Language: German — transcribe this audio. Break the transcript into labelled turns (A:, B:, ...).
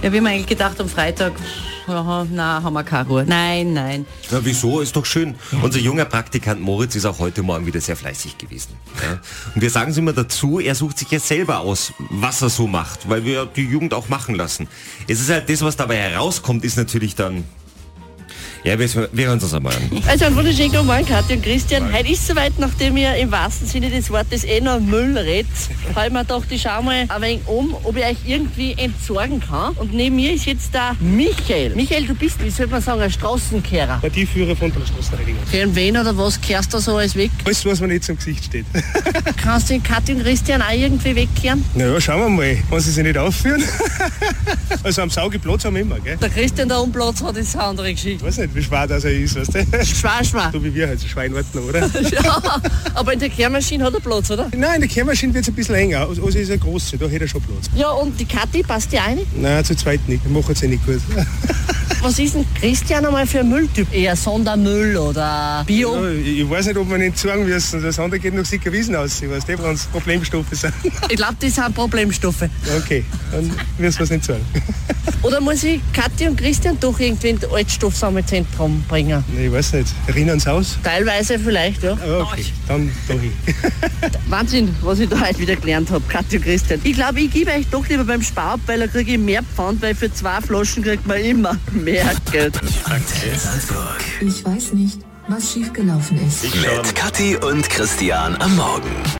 A: Ich habe immer eigentlich gedacht, am Freitag, aha, na, haben wir keine Ruhe. Nein, nein.
B: Ja, wieso? Ist doch schön. Unser junger Praktikant Moritz ist auch heute Morgen wieder sehr fleißig gewesen. Ja? Und wir sagen es immer dazu, er sucht sich ja selber aus, was er so macht, weil wir die Jugend auch machen lassen. Es ist halt das, was dabei herauskommt, ist natürlich dann... Ja, wir, wir hören uns das einmal an.
C: Also einen wunderschönen guten Morgen, Katja und Christian. Heute ist soweit, nachdem ihr im wahrsten Sinne des Wortes eh noch Müll redet, habe ich mir gedacht, ich schau mal ein wenig um, ob ich euch irgendwie entsorgen kann. Und neben mir ist jetzt der Michael. Michael, du bist, wie soll man sagen, ein Straßenkehrer.
D: Partiführer von der Straßenreinigung.
C: Für wen oder was kehrst du so alles weg?
D: Alles, was mir nicht zum Gesicht steht.
C: Kannst du den Katja und Christian auch irgendwie wegkehren?
D: Naja, schauen wir mal, wenn sie sich nicht aufführen. also am Saugeplatz haben wir immer, gell?
C: Der Christian da oben Platz hat, ist eine andere Geschichte.
D: Ich weiß nicht, wie schwer das er ist, weißt du?
C: Schwer, schwer.
D: So wie wir halt, so Schweinwarten, oder?
C: Ja, aber in der Kehrmaschine hat er Platz, oder?
D: Nein, die Kehrmaschine wird ein bisschen länger. Also ist eine große, da hätte er schon Platz.
C: Ja, und die Kathi passt die eine?
D: Nein, zu zweit nicht. Wir machen es ja nicht gut.
C: Was ist denn Christian einmal für ein Mülltyp? Eher Sondermüll oder Bio?
D: Ja, ich ich weiß nicht, ob wir nicht sagen müssen. Das andere geht noch sicher Wiesen aus, weißt du, wenn es Problemstoffe sind.
C: Ich glaube, das sind Problemstoffe.
D: Okay, dann müssen wir es nicht sagen.
C: Oder muss ich Kathi und Christian doch irgendwie in das Altstoffsammelzentrum bringen?
D: Nee, ich weiß nicht. Erinnern ins Haus?
C: Teilweise vielleicht, ja.
D: Ah, Okay, dann dahin.
C: Wahnsinn, was ich da heute wieder gelernt habe, Katja und Christian. Ich glaube, ich gebe euch doch lieber beim Spar ab, weil da kriege ich mehr Pfand, weil für zwei Flaschen kriegt man immer mehr Geld.
E: Aktuell Salzburg.
F: Ich weiß nicht, was schiefgelaufen ist.
E: Mit Kathi und Christian am Morgen.